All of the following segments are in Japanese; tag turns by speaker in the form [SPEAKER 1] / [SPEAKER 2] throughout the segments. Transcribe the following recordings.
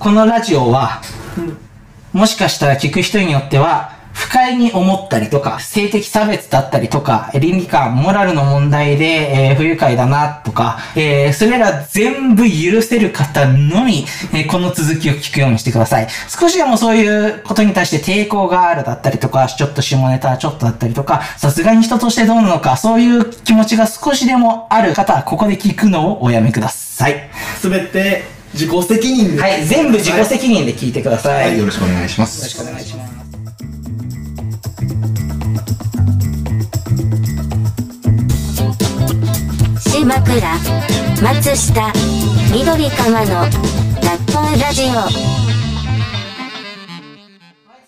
[SPEAKER 1] このラジオは、もしかしたら聞く人によっては、不快に思ったりとか、性的差別だったりとか、倫理観、モラルの問題で、えー不愉快だなとか、えーそれら全部許せる方のみ、えーこの続きを聞くようにしてください。少しでもそういうことに対して抵抗があるだったりとか、ちょっと下ネタちょっとだったりとか、さすがに人としてどうなのか、そういう気持ちが少しでもある方は、ここで聞くのをおやめください。
[SPEAKER 2] すべて自己責任で
[SPEAKER 1] はい、全部自己責任で聞いてください。
[SPEAKER 3] はい、
[SPEAKER 1] よ
[SPEAKER 3] よろしくお願いします。
[SPEAKER 1] ろしくお願いします。
[SPEAKER 4] 島倉松下緑川の学校ラジオ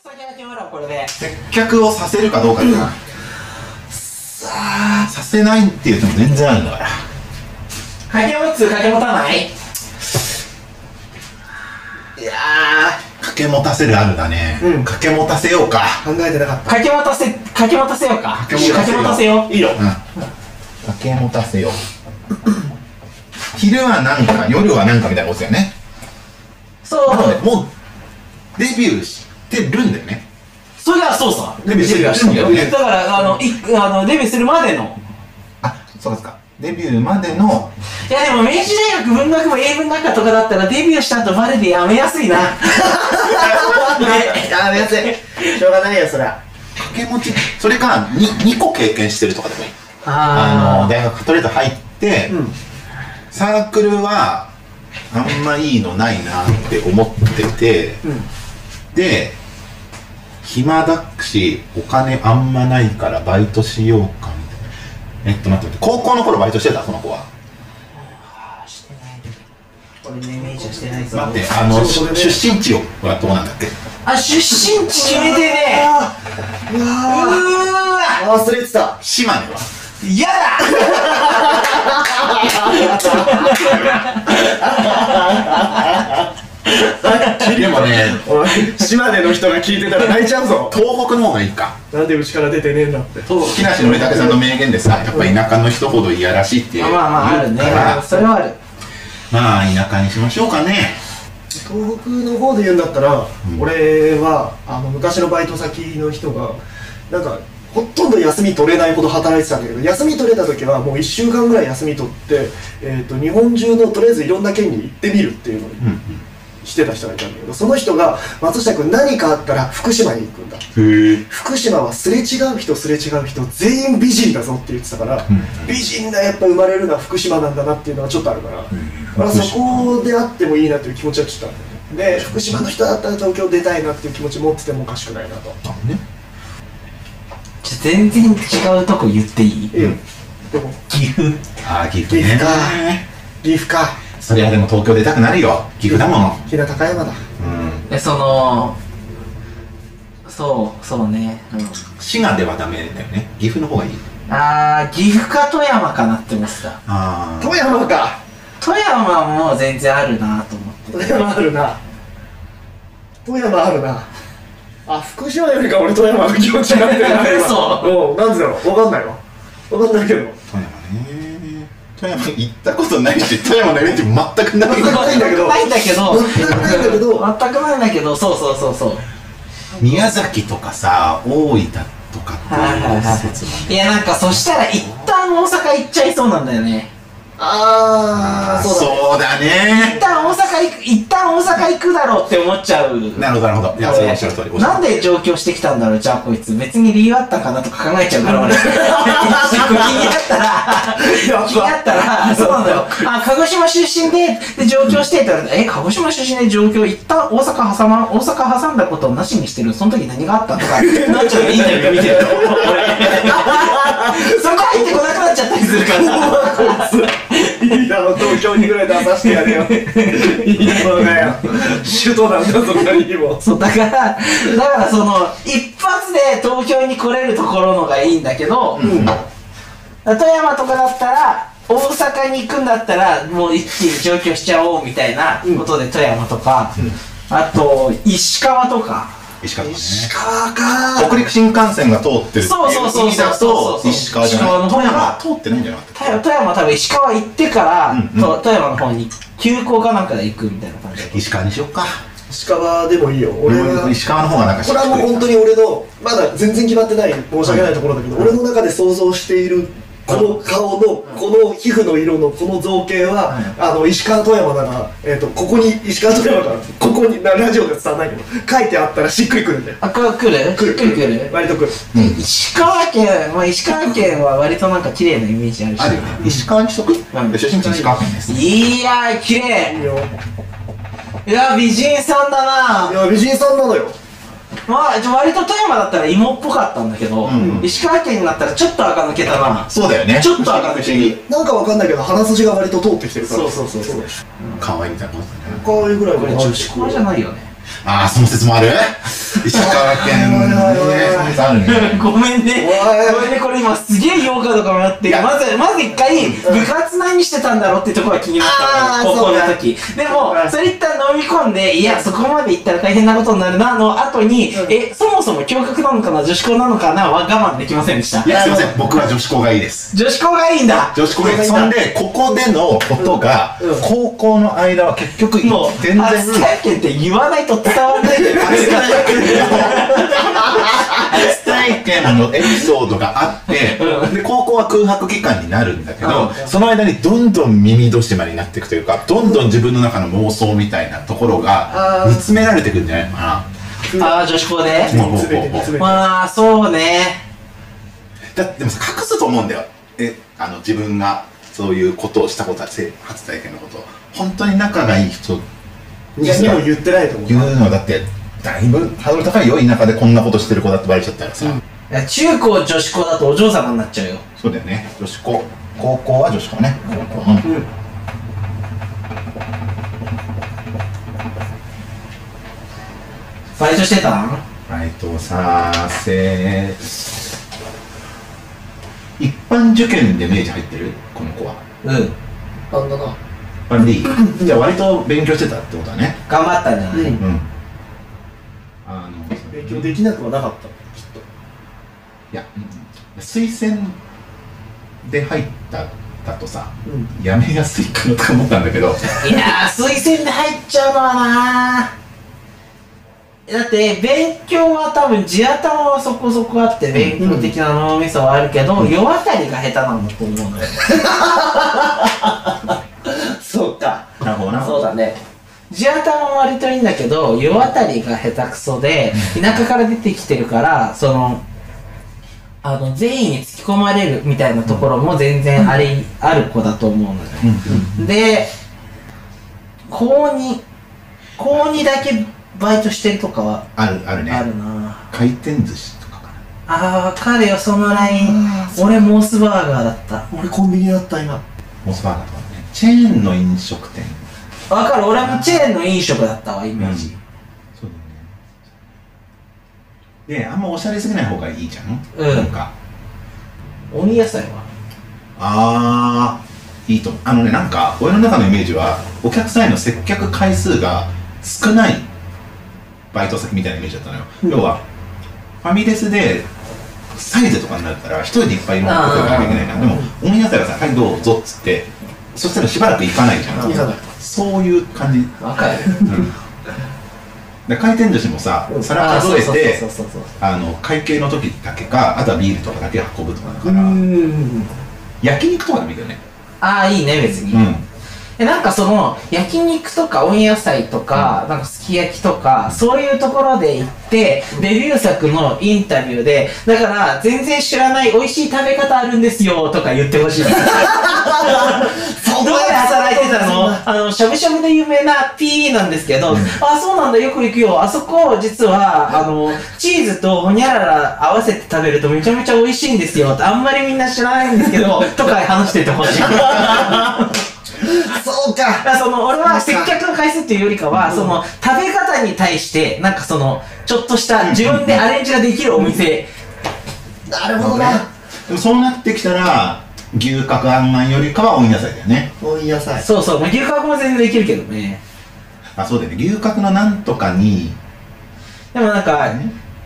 [SPEAKER 1] 先だけもらおうこれで。
[SPEAKER 3] 接客をさせるかどうかじゃない、さあさせないって言っても全然あるんだから
[SPEAKER 1] 掛け持つ、掛け持たない
[SPEAKER 2] いや
[SPEAKER 3] 掛け持たせるあるだね、
[SPEAKER 2] うん
[SPEAKER 3] 掛け持たせようか
[SPEAKER 2] ー考えてなかっ
[SPEAKER 1] 掛け持たせ、掛け持たせようか。
[SPEAKER 3] 掛け持たせよう
[SPEAKER 1] よう。いいよ。
[SPEAKER 3] 掛け持たせよう昼はなんか夜はなんかみたいなことだよね
[SPEAKER 1] そ
[SPEAKER 3] なので
[SPEAKER 1] う。
[SPEAKER 3] もうデビューしてるんだよね
[SPEAKER 1] それはそうさ。
[SPEAKER 3] デビューしてる
[SPEAKER 1] デしてるよ
[SPEAKER 3] デビューし
[SPEAKER 1] だ
[SPEAKER 3] てる
[SPEAKER 1] から、あの、い、あの、デビューするまでの。
[SPEAKER 3] あそうですかデビューまでの
[SPEAKER 1] いや、でも、明治大学文学部、英文学科とかだったら、デビューした後まででやめやすいな。
[SPEAKER 2] たあーやついしょうがないよそりゃ
[SPEAKER 3] 掛け持ちそれか 2, 2個経験してるとかでもいいあの
[SPEAKER 1] あ
[SPEAKER 3] 大学とりあえず入って、
[SPEAKER 2] うん
[SPEAKER 3] サークルはあんまいいのないなって思ってて、
[SPEAKER 2] うん
[SPEAKER 3] で暇だしお金あんまないからバイトしようかみたいなえっと待って待って高校の頃バイトしてたその子は
[SPEAKER 1] ー。してない俺ね、明治はしてないぞ。
[SPEAKER 3] 待ってあの
[SPEAKER 2] そうそれで
[SPEAKER 3] し出身地はどうなんだっけ
[SPEAKER 1] あ、出身地決めてね。
[SPEAKER 2] あーう
[SPEAKER 1] うー
[SPEAKER 2] わ
[SPEAKER 1] わ
[SPEAKER 2] ー忘れてた
[SPEAKER 3] 島根は
[SPEAKER 1] 嫌だ
[SPEAKER 3] でもね
[SPEAKER 2] おい島根の人が聞いてたら泣いちゃうぞ
[SPEAKER 3] 東北の方がいいか
[SPEAKER 2] なんでうちから出てねえんだって
[SPEAKER 3] 木梨の武さんの名言でさやっぱ田舎の人ほどいやらしいっていう
[SPEAKER 1] まあまあまあ、あるね
[SPEAKER 3] 言うから。
[SPEAKER 1] それはある。
[SPEAKER 3] まあ田舎にしましょうかね
[SPEAKER 2] 東北の方で言うんだったら、
[SPEAKER 3] うん
[SPEAKER 2] 俺はあの昔のバイト先の人がなんかほとんど休み取れないほど働いてたんだけど休み取れた時はもう1週間ぐらい休み取って、えー、と日本中のとりあえずいろんな県に行ってみるっていうのを
[SPEAKER 3] うん
[SPEAKER 2] してた人がいたんだけどその人が松下君何かあったら福島に行くんだ
[SPEAKER 3] へえ
[SPEAKER 2] 福島はすれ違う人すれ違う人全員美人だぞって言ってたから、
[SPEAKER 3] うん
[SPEAKER 2] 美人がやっぱ生まれるのは福島なんだなっていうのはちょっとあるか
[SPEAKER 3] ん
[SPEAKER 2] ら、まあ、そこであってもいいなという気持ちはちょっとあるで福島の人だったら東京出たいなっていう気持ち持っててもおかしくないなと、
[SPEAKER 3] ね
[SPEAKER 1] ちょ全然違うとこ言っていい
[SPEAKER 2] うん、でも
[SPEAKER 1] 岐阜
[SPEAKER 3] ああ岐阜ね
[SPEAKER 2] 岐阜か岐阜か
[SPEAKER 3] そりゃでも東京出たくなるよ岐阜だもの
[SPEAKER 2] 日向高山だ
[SPEAKER 3] うん
[SPEAKER 1] えそのそうそうね、う
[SPEAKER 3] 滋賀ではダメだよね岐阜の方がいい
[SPEAKER 1] ん、あー岐阜か富山かなって思ってた
[SPEAKER 3] あ
[SPEAKER 2] 富山か
[SPEAKER 1] 富山も全然あるなと思って
[SPEAKER 2] 富山あるな富山あるなあ福島よりか俺富山の気持ちになってるな今
[SPEAKER 1] 嘘
[SPEAKER 2] うんなんでだろうわかんないわわかんないけど
[SPEAKER 3] 富山ね富山行ったことないし富山のイメージ全 くない
[SPEAKER 2] 全くないんだけど
[SPEAKER 1] ないんだけど
[SPEAKER 2] 全くないんだけど
[SPEAKER 1] 全くないんだけどそうそうそうそう
[SPEAKER 3] 宮崎とかさ大分とかって
[SPEAKER 1] はいはいいう
[SPEAKER 3] 説も
[SPEAKER 1] はいいやなんかそしたら一旦大阪行っちゃいそうなんだよね
[SPEAKER 3] あ
[SPEAKER 2] ああ
[SPEAKER 3] ー
[SPEAKER 2] そうだ
[SPEAKER 1] 一
[SPEAKER 3] そうだね
[SPEAKER 2] ね
[SPEAKER 1] 旦大阪行く一旦大阪行くだろうって思っちゃう
[SPEAKER 3] なるほどなるほどいやそれはおっしゃる通りおっしゃる
[SPEAKER 1] なんで上京してきたんだろうじゃあこいつ別に理由あったかなとか考えちゃうから 俺気になったら気になったらそうなんだよあ鹿児島出身でで上京してって言われてえ鹿児島出身で上京一旦大阪挟ま大阪挟んだことをなしにしてるその時何があった とかなっちゃうインタビュー見てると俺そこ入ってこなくなっちゃったりするから
[SPEAKER 2] いいだろ東京にぐらい出させてやれよいいだろうがよ首都なんだぞ何にも
[SPEAKER 1] そうだからだからその一発で東京に来れるところのがいいんだけど、富山とかだったら大阪に行くんだったらもう一気に上京しちゃおうみたいなことで富山とか、あと石川とか
[SPEAKER 3] え石川とかね
[SPEAKER 2] 石川か
[SPEAKER 3] 北陸新幹線が通ってるって
[SPEAKER 1] そうそうそうそう
[SPEAKER 3] いう意味だと石川じゃない
[SPEAKER 1] 石川の方
[SPEAKER 3] 富
[SPEAKER 1] が
[SPEAKER 3] 山は通ってないんじゃなかった
[SPEAKER 1] 富山富山は多分石川行ってから、
[SPEAKER 3] うんうん
[SPEAKER 1] と富山の方に急行かなんかで行くみたいな感じだと思う
[SPEAKER 3] 石川にしよっか
[SPEAKER 2] 石川でもいいよ俺
[SPEAKER 3] 俺
[SPEAKER 2] は
[SPEAKER 3] も石川の方がなんか
[SPEAKER 2] これはもう本当に俺のまだ全然決まってない申し訳ないところだけど、俺の中で想像しているこの顔の、この皮膚の色のこの造形は、あの石川富山だな、えっとここに石川富山からここになラジオが伝わらないけど書いてあったらしっくりくるんだよ
[SPEAKER 1] あ、こ来る
[SPEAKER 2] くる
[SPEAKER 1] 来る来る
[SPEAKER 2] 割とくる
[SPEAKER 3] うん
[SPEAKER 1] 石川県、まあ、石川県は割となんか綺麗なイメージあるし
[SPEAKER 3] あるよね石川にしとく
[SPEAKER 1] ん
[SPEAKER 3] 出身地石川県です
[SPEAKER 1] いやー綺麗
[SPEAKER 2] いいよ
[SPEAKER 1] いやー美人さんだ
[SPEAKER 2] い
[SPEAKER 1] な
[SPEAKER 2] や美人さんなのよ
[SPEAKER 1] まあじゃあ割と富山だったら芋っぽかったんだけど、
[SPEAKER 3] うんうん
[SPEAKER 1] 石川県になったらちょっと垢抜けたな
[SPEAKER 3] そうだよね
[SPEAKER 1] ちょっと赤くして
[SPEAKER 2] なんかわかんないけど鼻筋が割と通ってきてるから
[SPEAKER 1] そうそうそうそう
[SPEAKER 3] 可愛いみたいなことだね
[SPEAKER 2] こういうぐらい
[SPEAKER 1] これ女子校じゃないよね
[SPEAKER 3] ああその説もある石川県ねその説あるね
[SPEAKER 1] ごめんね
[SPEAKER 2] おい
[SPEAKER 1] ごめんねこれ今すげえ言おうかとか迷って
[SPEAKER 2] いや
[SPEAKER 1] まずまず一回部活何してたんだろうってところが気になった
[SPEAKER 2] あー
[SPEAKER 1] のよ高校
[SPEAKER 2] そう
[SPEAKER 1] の
[SPEAKER 2] だ
[SPEAKER 1] 時でも
[SPEAKER 2] うん
[SPEAKER 1] それ一旦飲み込んでいやそこまで行ったら大変なことになるなの後に
[SPEAKER 2] うん
[SPEAKER 1] えそもそも共学なのかな女子校なのかなは我慢できませんでした
[SPEAKER 3] いやすいません僕は女子校がいいです
[SPEAKER 1] 女子校がいいんだ
[SPEAKER 3] 女子校がいいそんでここでのことが
[SPEAKER 2] うんうん
[SPEAKER 3] 高校の間は結局全
[SPEAKER 1] もう
[SPEAKER 3] 然
[SPEAKER 1] 扱い権って言わないと伝わらないけど
[SPEAKER 3] 初体験のエピソードがあって、で高校は空白期間になるんだけど、その間にどんどん耳戸島になっていくというかどんどん自分の中の妄想みたいなところが
[SPEAKER 2] あー
[SPEAKER 3] 見つめられてくんじゃないか
[SPEAKER 1] ああ女子校ね
[SPEAKER 3] なもうもう
[SPEAKER 2] つめて
[SPEAKER 3] もう
[SPEAKER 2] つめて
[SPEAKER 1] まあそうね
[SPEAKER 3] だってでもさ隠すと思うんだよえあの自分がそういうことをしたことはせ初体験のことを本当に仲がいい人
[SPEAKER 2] い
[SPEAKER 3] に
[SPEAKER 2] や
[SPEAKER 3] し
[SPEAKER 2] に
[SPEAKER 3] か
[SPEAKER 2] も言ってないと思う
[SPEAKER 3] 言うのはだってだいぶハードル高いよ田舎でこんなことしてる子だってバレちゃったらさ、
[SPEAKER 1] いや中高女子校だとお嬢様になっちゃうよ
[SPEAKER 3] そうだよね女子校高校は女子校ね高校うん
[SPEAKER 1] バイトしてたん
[SPEAKER 3] バイトさせ一般受験で明治入ってるこの子は
[SPEAKER 1] うん
[SPEAKER 2] あんだな
[SPEAKER 3] 一般でいいじゃあ割と勉強してたってことだね
[SPEAKER 1] 頑張ったんじゃない、
[SPEAKER 2] うん
[SPEAKER 3] うんあの
[SPEAKER 2] 勉強できなくはなかったきっと
[SPEAKER 3] いや、うん推薦で入っただとさ、
[SPEAKER 2] うん
[SPEAKER 3] やめやすいかなとか思ったんだけど
[SPEAKER 1] いやー推薦で入っちゃうのはなーだって勉強は多分地頭はそこそこあって勉強的な脳みそはあるけど、世渡りが下手なんだと思うのよ そうか
[SPEAKER 3] なるほどな
[SPEAKER 1] そうだね地頭も割といいんだけど世渡りが下手くそで田舎から出てきてるからそのあの善意に突き込まれるみたいなところも全然あり、ある子だと思うのよ、
[SPEAKER 3] うん
[SPEAKER 1] で高2高2だけバイトしてるとかは
[SPEAKER 3] あるあるね
[SPEAKER 1] あるな
[SPEAKER 3] 回転寿司とかかな
[SPEAKER 1] ああ分かるよそのライン俺モースバーガーだった
[SPEAKER 2] 俺コンビニだった今
[SPEAKER 3] モスバーガーとかねチェーンの飲食店
[SPEAKER 1] 分かる俺もチェーンの飲食だったわイメージ
[SPEAKER 3] そうだよねであんまおしゃれすぎない方がいいじゃん、
[SPEAKER 1] うん
[SPEAKER 3] なんか
[SPEAKER 1] 温野菜は
[SPEAKER 3] あーいいと思うあのねなんか俺の中のイメージはお客さんへの接客回数が少ないバイト先みたいなイメージだったのよ、要はファミレスでサイズとかになったら一人でいっぱいいろんなことができないなでも温野菜がさ「はいどうぞ」っつってそしたらしばらく行かないじゃん
[SPEAKER 2] 行かない
[SPEAKER 3] そういう感じ
[SPEAKER 1] 分かる
[SPEAKER 3] で回転寿司もさ皿数えて
[SPEAKER 1] そうそうそうそうそう
[SPEAKER 3] あの会計の時だけかあとはビールとかだけ運ぶとかだから
[SPEAKER 2] ん
[SPEAKER 3] 焼肉とかでもいいけどね
[SPEAKER 1] ああいいね別に、えなんかその焼肉とか温野菜とか、なんかすき焼きとかそういうところで行ってデビュー作のインタビューでだから全然知らない美味しい食べ方あるんですよとか言ってほ しいどこで働いてたのあのしゃぶしゃぶで有名な P なんですけど、あそうなんだよく行くよあそこ実はあのチーズとほにゃらら合わせて食べるとめちゃめちゃ美味しいんですよあんまりみんな知らないんですけ どとか話しててほ しい
[SPEAKER 2] そう
[SPEAKER 1] だ
[SPEAKER 2] か
[SPEAKER 1] からその俺は接客の回数っていうよりかは、その食べ方に対してなんかそのちょっとした自分でアレンジができるお店、
[SPEAKER 2] なるほ
[SPEAKER 3] ね
[SPEAKER 2] どな
[SPEAKER 3] でもそうなってきたら牛角案内よりかは温野菜だよね
[SPEAKER 2] 温野菜
[SPEAKER 1] そうそうもう牛角も全然できるけどね
[SPEAKER 3] あそうだよね牛角のなんとかに
[SPEAKER 1] でもなんか、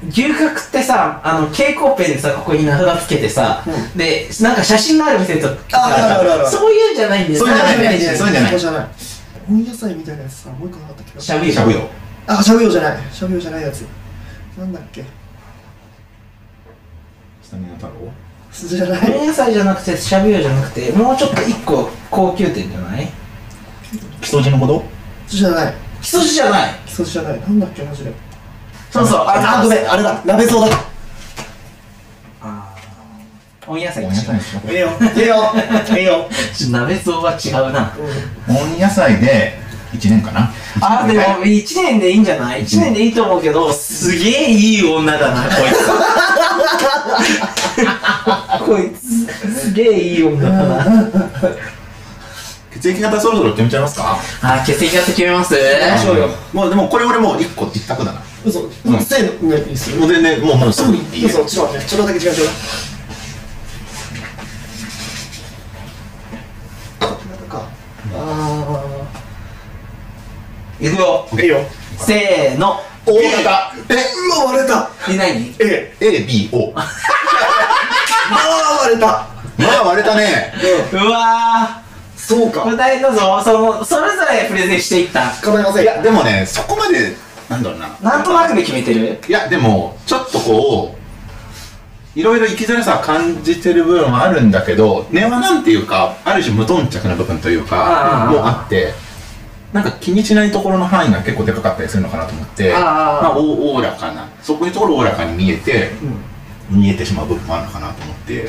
[SPEAKER 1] 牛角ってさ、あの蛍光ペンでさ、ここに名札つけてさ、
[SPEAKER 2] う
[SPEAKER 1] で、なんか写真のある店とか
[SPEAKER 2] ああるあるある
[SPEAKER 1] そういうんじゃないんだよ
[SPEAKER 3] そういうんじゃないねそういうんじゃない
[SPEAKER 2] そうじゃない温野菜みたいなやつさもう一個なかったっけ
[SPEAKER 1] しゃぶ
[SPEAKER 3] しゃぶよ
[SPEAKER 2] あしゃぶ用じゃないしゃぶ用じゃないやつなんだっけ
[SPEAKER 3] スタミナ太郎
[SPEAKER 2] それじゃない
[SPEAKER 1] 温野菜じゃなくて、しゃぶ用じゃなくて、もうちょっと一個高級店じゃない
[SPEAKER 3] 基礎地のほど
[SPEAKER 2] それじゃない
[SPEAKER 1] 基礎じゃない
[SPEAKER 2] それじゃないなんだっけマジで
[SPEAKER 1] そうそう、
[SPEAKER 2] ああごめんあれだ鍋そうだ
[SPEAKER 1] あー温野菜
[SPEAKER 3] 温
[SPEAKER 1] 違
[SPEAKER 3] 野菜
[SPEAKER 1] う
[SPEAKER 3] にしよう
[SPEAKER 2] ええよええよええよ
[SPEAKER 1] ちょ鍋像は違うな
[SPEAKER 3] 温野菜で1年かな
[SPEAKER 1] あーでも1年でいいんじゃない1年でいいと思うけどすげえいい女だなこいつこいつすげえいい女だな
[SPEAKER 3] 血液型そろそろ決めちゃいますか
[SPEAKER 1] あー血液型決めます
[SPEAKER 2] そうよ
[SPEAKER 3] もうでもこれ俺もう1個一択だな
[SPEAKER 2] 嘘
[SPEAKER 3] うん
[SPEAKER 2] せーのねいいっすよ
[SPEAKER 3] もう全然もうもうすぐにいい
[SPEAKER 2] 嘘ちょっと待ってちょっとだけ違う違うなんかあ
[SPEAKER 1] いくよ
[SPEAKER 2] ーいいよ
[SPEAKER 1] せーの
[SPEAKER 2] お
[SPEAKER 3] え
[SPEAKER 2] 割れたえうわ割れた
[SPEAKER 1] で何
[SPEAKER 2] え
[SPEAKER 3] ABO ま
[SPEAKER 2] ああ割れた
[SPEAKER 3] あ割れたね
[SPEAKER 2] うん
[SPEAKER 1] うわ
[SPEAKER 2] そう
[SPEAKER 1] ーこれ
[SPEAKER 2] か
[SPEAKER 1] 大変だぞそのそれぞれプレゼンしていった
[SPEAKER 2] 構いません
[SPEAKER 3] いやでもねそこまでなんだろうな
[SPEAKER 1] なんとなくで決めてる
[SPEAKER 3] いやでもちょっとこういろいろ生きづらさは感じてる部分はあるんだけど根はなんていうかある種無頓着な部分とい
[SPEAKER 1] あ
[SPEAKER 3] うか
[SPEAKER 1] あ
[SPEAKER 3] もうあってなんか気にしないところの範囲が結構でかかったりするのかなと思って
[SPEAKER 1] ああ
[SPEAKER 3] まあおおおらかなそこいうところおおらかに見えて見えてしまう部分もあるのかなと思って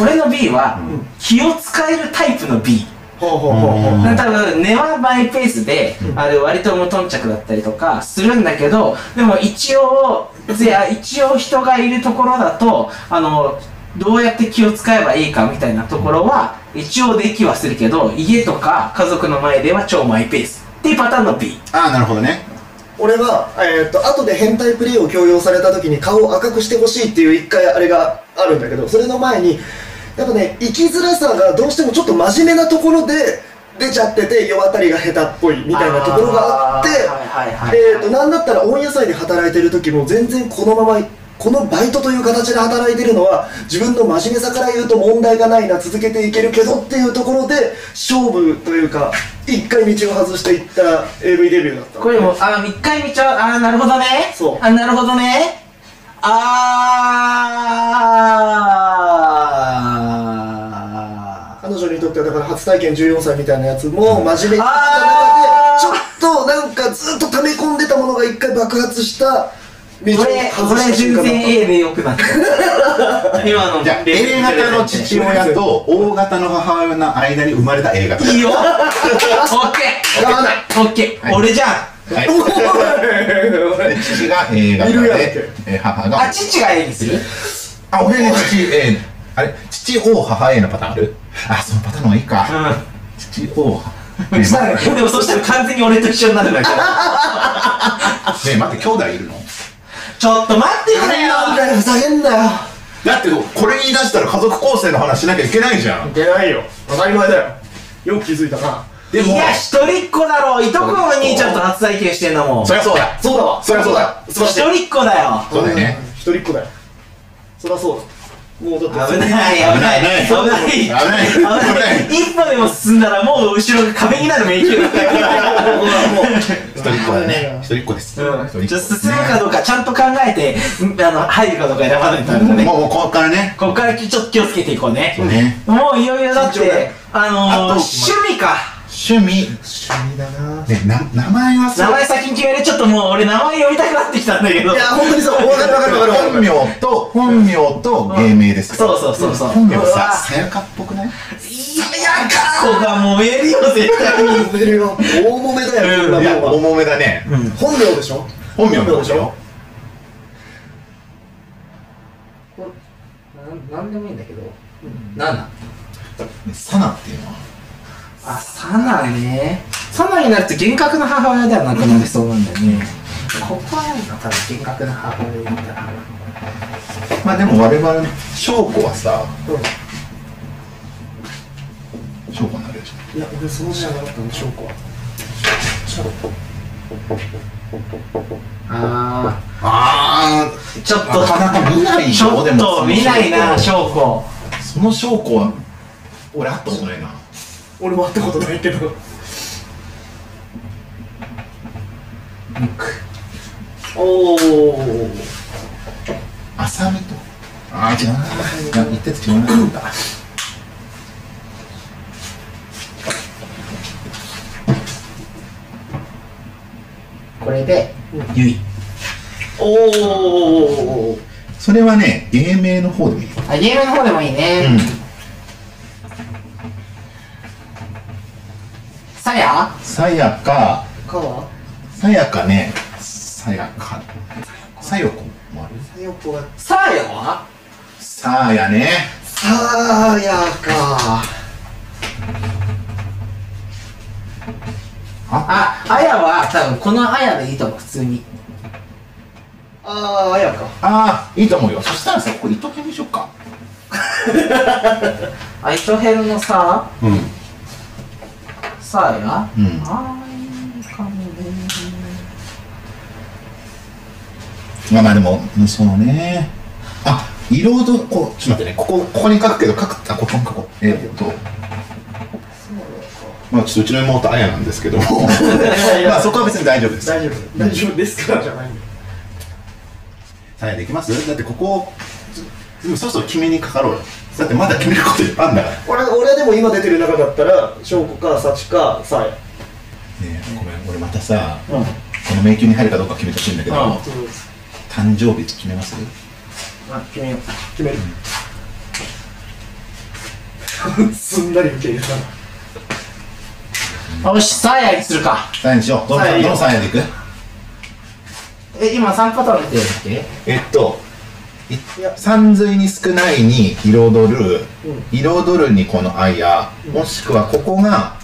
[SPEAKER 1] 俺の B は
[SPEAKER 3] うん
[SPEAKER 1] 気を使えるタイプの B
[SPEAKER 2] ほうほうほうほう
[SPEAKER 3] うん
[SPEAKER 1] 多分根はマイペースで、あれ割と無頓着だったりとかするんだけどでも一応であ一応人がいるところだとあのどうやって気を使えばいいかみたいなところは一応できはするけど家とか家族の前では超マイペースっていうパターンの B
[SPEAKER 3] ああなるほどね
[SPEAKER 2] 俺は、えーっと後で変態プレイを強要された時に顔を赤くしてほしいっていう一回あれがあるんだけどそれの前にやっぱね生きづらさがどうしてもちょっと真面目なところで出ちゃってて世渡たりが下手っぽいみたいなところがあって
[SPEAKER 1] ーはいはいはい
[SPEAKER 2] えー、となんだったら温野菜で働いてる時も全然このままこのバイトという形で働いてるのは自分の真面目さから言うと問題がないな続けていけるけどっていうところで勝負というか一回道を外していった AV デビューだった
[SPEAKER 1] これもあ一回見ちゃうあーなるほどね
[SPEAKER 2] そう
[SPEAKER 1] あなるほどねあー
[SPEAKER 2] 彼女にとってはだから初体験14歳みたいなやつも真面目にや
[SPEAKER 1] あ
[SPEAKER 2] った
[SPEAKER 1] ー
[SPEAKER 2] 中でちょっとなんかずっと溜め込んでたものが一回爆発した道を
[SPEAKER 1] これ、こ
[SPEAKER 2] 外し
[SPEAKER 1] れ
[SPEAKER 2] た瞬
[SPEAKER 1] 全
[SPEAKER 2] 間だった
[SPEAKER 1] 然 A で良くなっ た。今の。
[SPEAKER 3] じゃあ A 型の父親と O 型の母親の間に生まれた A 型
[SPEAKER 1] いいよ。オッケ
[SPEAKER 2] やばない
[SPEAKER 1] ー。オッケ
[SPEAKER 3] は
[SPEAKER 1] ー。
[SPEAKER 3] い
[SPEAKER 1] 俺じゃん。
[SPEAKER 3] はい
[SPEAKER 2] おい
[SPEAKER 3] で父が A 型
[SPEAKER 2] いるやん
[SPEAKER 3] でえー母が
[SPEAKER 1] あ、父が A にする
[SPEAKER 3] あ、俺ね、父 A、あれ、父 O、母 A のパターンあるあ、そのパターンの方がいいか。
[SPEAKER 1] う
[SPEAKER 3] 父 O、母ね
[SPEAKER 1] ん。
[SPEAKER 3] え、
[SPEAKER 1] そした
[SPEAKER 3] ま
[SPEAKER 1] ら、でもそしたら完全に俺と一緒になるん だけど。
[SPEAKER 3] ねえ待って、兄弟いるの
[SPEAKER 1] ちょっと待ってくれよ。
[SPEAKER 2] なんだよふざけんなよ
[SPEAKER 3] だって、これ言い出したら家族構成の話しなきゃいけないじゃん。
[SPEAKER 2] 出ないよ当たり前だよよく気づいたない
[SPEAKER 3] で
[SPEAKER 1] い
[SPEAKER 3] も、
[SPEAKER 1] や、一人っ子だろ。いとこのお兄ちゃんと初体験してんだもん。
[SPEAKER 3] そりゃそうだ。
[SPEAKER 2] そうだわ
[SPEAKER 3] そりゃそうだ。
[SPEAKER 2] 素晴
[SPEAKER 1] 一
[SPEAKER 2] らしい
[SPEAKER 1] 人っ子だよ。
[SPEAKER 3] そうだよね。
[SPEAKER 2] 一人っ子だよそりゃそうだもうだって
[SPEAKER 1] 危ない、危ない、危ない。
[SPEAKER 3] 危ない。危
[SPEAKER 1] 危な
[SPEAKER 3] ないい。
[SPEAKER 1] 一歩でも進んだらもう後ろが壁になる迷宮だったよ
[SPEAKER 2] もうもう
[SPEAKER 3] 一人っ子だね。一人っ子です。
[SPEAKER 1] うん、ちょっと
[SPEAKER 3] 一人っ子
[SPEAKER 1] 進むかどうかちゃんと考えて、うんあの入るかどうか選ばないとダメだ
[SPEAKER 3] ね
[SPEAKER 1] ね。
[SPEAKER 3] もう、もうここからね。
[SPEAKER 1] ここからちょっと気をつけていこうね。
[SPEAKER 3] そうね。
[SPEAKER 1] もういよいよだっ
[SPEAKER 2] 慎重だ
[SPEAKER 1] て
[SPEAKER 2] よ、
[SPEAKER 1] あのー、
[SPEAKER 3] あと
[SPEAKER 1] 趣味か。
[SPEAKER 3] 趣味。
[SPEAKER 2] 趣味だな
[SPEAKER 3] ね、な、名前はそ
[SPEAKER 1] 名
[SPEAKER 3] う。
[SPEAKER 1] 前先に決める。ちょっともう俺名前呼びたくなってきたんだけど
[SPEAKER 2] い。や本当にそうわかるわかるわかるわか
[SPEAKER 3] 本
[SPEAKER 2] る
[SPEAKER 3] 名と、本名と芸名ですよ。
[SPEAKER 1] そうそうそうそう。
[SPEAKER 3] 本名は
[SPEAKER 1] うわ
[SPEAKER 3] さ、さやかっぽくない
[SPEAKER 1] ここが燃えるよ、絶対に。
[SPEAKER 2] 出るよ大揉めだよこん
[SPEAKER 3] い
[SPEAKER 2] な
[SPEAKER 3] や、
[SPEAKER 2] もんは
[SPEAKER 3] 重めだね。
[SPEAKER 2] 本名でしょ
[SPEAKER 3] 本名なんですよ。
[SPEAKER 1] なんでもいいんだけど。なんだ
[SPEAKER 3] サナっていうのは
[SPEAKER 1] あ、サナね。サナになると幻覚の母親ではなくなりそうなんだよね。ここはなんか多分幻覚の母親みたいな。
[SPEAKER 3] まあでも我々翔子はさ
[SPEAKER 2] うん
[SPEAKER 3] 翔子になるでしょ
[SPEAKER 2] いや俺その字じゃなかったの証拠は
[SPEAKER 1] あ
[SPEAKER 3] ああちょっとなかなか見ないよ
[SPEAKER 1] ちょっと見ないな
[SPEAKER 3] でも
[SPEAKER 1] 証拠
[SPEAKER 3] その証拠は俺あったことないな
[SPEAKER 2] 俺も会ったことないけどおお
[SPEAKER 3] 浅見とああ違うな言ってて違うなうんだ
[SPEAKER 1] これで
[SPEAKER 3] ゆい
[SPEAKER 2] おお
[SPEAKER 3] それはね芸名の方でもいいよ
[SPEAKER 1] あゲームの方でもいいね、さや
[SPEAKER 3] さやか
[SPEAKER 2] かは
[SPEAKER 3] さやかねさやかさよこもある
[SPEAKER 2] さよこが
[SPEAKER 1] さやは
[SPEAKER 3] さあやね
[SPEAKER 2] さやか
[SPEAKER 1] ああやは多分このあやでいいと思う普通に
[SPEAKER 2] あーあやか
[SPEAKER 3] ああいいと思うよそしたらさこれ糸編にしよっか
[SPEAKER 1] あ糸編のさ
[SPEAKER 3] うん
[SPEAKER 1] さや、
[SPEAKER 3] うん
[SPEAKER 1] あーいいかもね
[SPEAKER 3] まあまあでもうんそうねあ色々とこうちょっと待ってねここここに書くけど書くあここに書こうえーっとまあちょっとうちの妹あやなんですけどもまあそこは別に大丈夫です
[SPEAKER 2] 大丈夫大丈夫ですからじゃないんだよ
[SPEAKER 3] さやできますだってここでもそろそろ決めにかかろうよだってまだ決めることいっぱいあるんだからね
[SPEAKER 2] 俺俺でも今出てる中だったら翔子か幸かさや
[SPEAKER 3] えごめん俺またさ
[SPEAKER 2] うん
[SPEAKER 3] この迷宮に入るかどうか決めてほしいんだけど
[SPEAKER 1] うん
[SPEAKER 2] そうです
[SPEAKER 3] 誕生日決めます
[SPEAKER 1] あ決めよう
[SPEAKER 2] 決める すんなり受け入れたな
[SPEAKER 1] あよしさやにするか
[SPEAKER 3] さやにしようどの
[SPEAKER 2] さやいいよ
[SPEAKER 3] どのさやでいく
[SPEAKER 1] え今3パターン出てるっ
[SPEAKER 3] えっと
[SPEAKER 2] いや
[SPEAKER 3] 三髄に少ないに彩る、
[SPEAKER 2] うん
[SPEAKER 3] 彩るにこの愛や、もしくはここが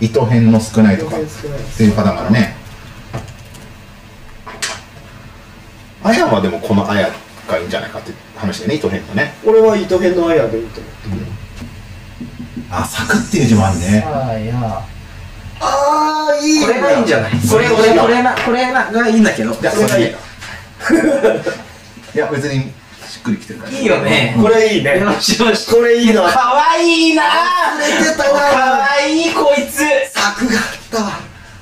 [SPEAKER 3] 糸辺の少ないとかっ
[SPEAKER 2] 糸辺少ない
[SPEAKER 3] ていうパターンがあるねあやはでもこのあやがいいんじゃないかって話だよね糸辺のね
[SPEAKER 2] 俺は糸編のあやでいいと思う
[SPEAKER 3] あ咲くっていう字もある
[SPEAKER 1] け
[SPEAKER 3] ね
[SPEAKER 1] さや
[SPEAKER 2] ああいい
[SPEAKER 1] これがいいんじゃないこれ俺これなこれながいいんだけど
[SPEAKER 3] いや
[SPEAKER 2] それがいい
[SPEAKER 3] いや別にしっくりきてるから
[SPEAKER 1] いいよね
[SPEAKER 2] これいいね
[SPEAKER 1] よしよし
[SPEAKER 2] これいいな
[SPEAKER 1] かわいいな
[SPEAKER 2] 忘れてたな
[SPEAKER 1] かわいいこいつ
[SPEAKER 2] 作があったわ